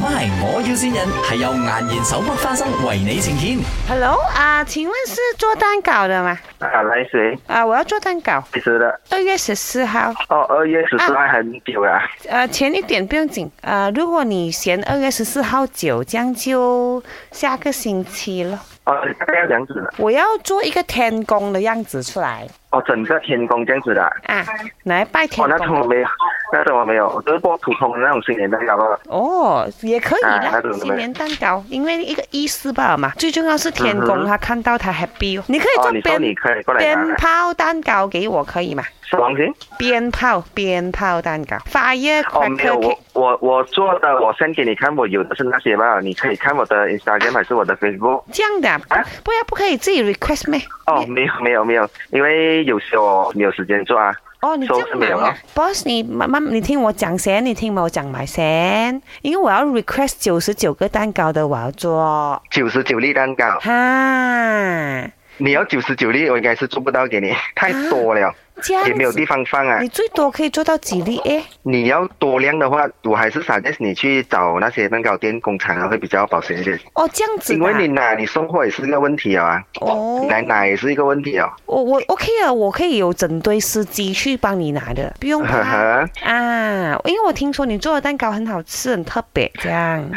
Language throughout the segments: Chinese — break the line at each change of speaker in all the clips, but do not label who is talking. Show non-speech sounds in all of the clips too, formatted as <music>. MY，我要先人係由顏然手剝花生為你呈現。
Hello 啊，请问是做蛋糕的吗？
啊，来谁？
啊，我要做蛋糕，
几时的？
二月十四号，
哦，二月十四号很久了。
呃，前一点不用紧，呃，如果你嫌二月十四号久，这样就下个星期了。
哦，大概要这样子的。
我要做一个天宫的样子出来
哦，整个天宫这样子的。
啊，来拜天
哦，那种我
宫。
没有，那种我没有，我都是播普通的那种新年蛋糕了。
哦，也可以
啊
啦
那，种
新年蛋糕，因为一个意思吧嘛，最重要是天宫
嗯哼
他看到他 happy 哦。你可以
哦，
做
你说
鞭
你可以过来拿
鞭。炮蛋糕给我，可以吗？
什么东西？
鞭炮鞭炮蛋糕，fire
哦，没有，
cracker cake
我。我我做的，我先给你看，我有的是那些吧，你可以看我的 Instagram 还是我的 Facebook。
这样的啊、
啊
不要不可以自己 request 咩？
哦，
你
没有没有没有，因为有些我没有时间做啊。
哦，你这
收拾
样
没有
忙啊
啊
，boss，你慢慢你听我讲先，你听我讲埋先，因为我要 request 九十九个蛋糕的，我要做
九十九粒蛋糕，
哈，
你要九十九粒，我应该是做不到给你，太
啊
多了，
这样
也没有地
子，
方放啊。
你最多可以做到几粒诶？
你要多量的话，我还是 suggest 你去找那些蛋糕店、工厂啊，会比较保险一点。
哦，这样子
因
的
为
啊、
你拿你送货也是一个问题啊，
哦，
来拿也是一个问题哦。
我我 OK 啊，我可以有整堆司机去帮你拿的，不用怕
哈
啊，因为我听说你做的蛋糕很好吃，很特别，这样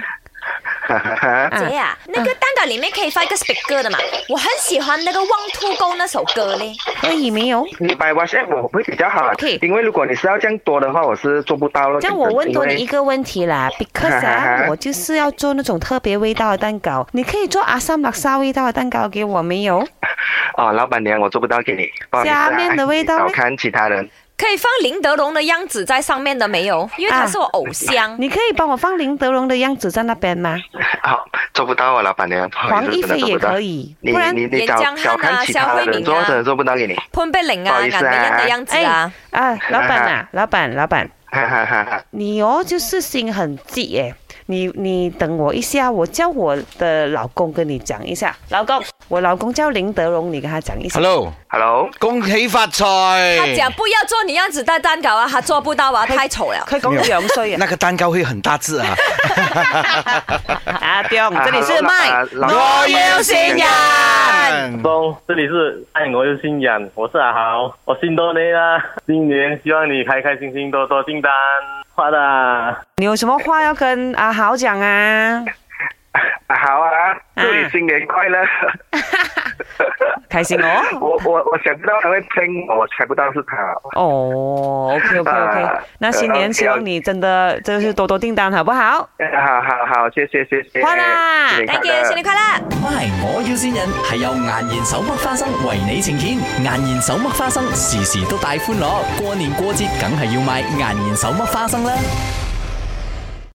哈哈哈，
啊
姐啊，那
嗯
个蛋糕里面可以放一个 speaker 的嘛？我很喜欢那个《One Two Go》那首歌嘞。
可以没有？
<laughs> 你买 WhatsApp 我会比较好啊
OK
因为如果你是要这样多的话，我是做不到了。，
这样我问多你一个问题啦，because 啊
<laughs>
我就是要做那种特别味道的蛋糕，你可以做阿萨姆拉沙味道的蛋糕给我没有？
哦，老板娘，我做不到给你，不好意思、啊。
下面的味道呢
你找看其他人。
可以放林德龙的样子在上面的没有？因为他是我偶
嗯啊
像。
你可以帮我放林德荣的样子在那边吗？
好、做不到啊，老板娘，不好意
黄
思，
一
真的
菲
做
也
不到
可。以，
你
不然
你你
严
找
江汉
找
啊
看其他
肖慧
人
敏
做，
啊
真的做不到给你。
潘贝玲
不
啊，
好意
颜
思啊
美欣的样子啊，
啊，老板
<laughs>
啊，老板老板，
哈哈哈哈。
你哦就是心很急耶。你你等我一下，我叫我的老公跟你讲一下。老公，我老公叫林德荣，你跟他讲一下。
Hello，
Hello，
恭喜发财！
哎
他讲不要做你样子的蛋糕啊，他做不到啊，太丑了。
哎
佢講到樣衰啊！
那个蛋糕会很大字啊！
啊，對，這裡
啊
是
老
麥，
啊 <laughs> 老
我要先人。
东，这里是爱我又信仰，我是阿豪，我信多你啦。新年希望你开开心心，多多订单，发达。
你有什么话要跟阿豪讲啊？
好啊，祝你新年快乐！
开心
我 <laughs>
哦。
我我想不到他会听，我猜不到是他。
哦，OK OK OK，
啊
那新年
呃
希望你真的就是多多订单，好不好？
好好好，谢谢谢谢，
快啦
新年快
Thank
乐
you，新年快乐！
MY，我要先人係由顏然手剝花生為你呈現。顏然手剝花生時時都大歡樂，過年過節梗係要買顏然手剝花生啦。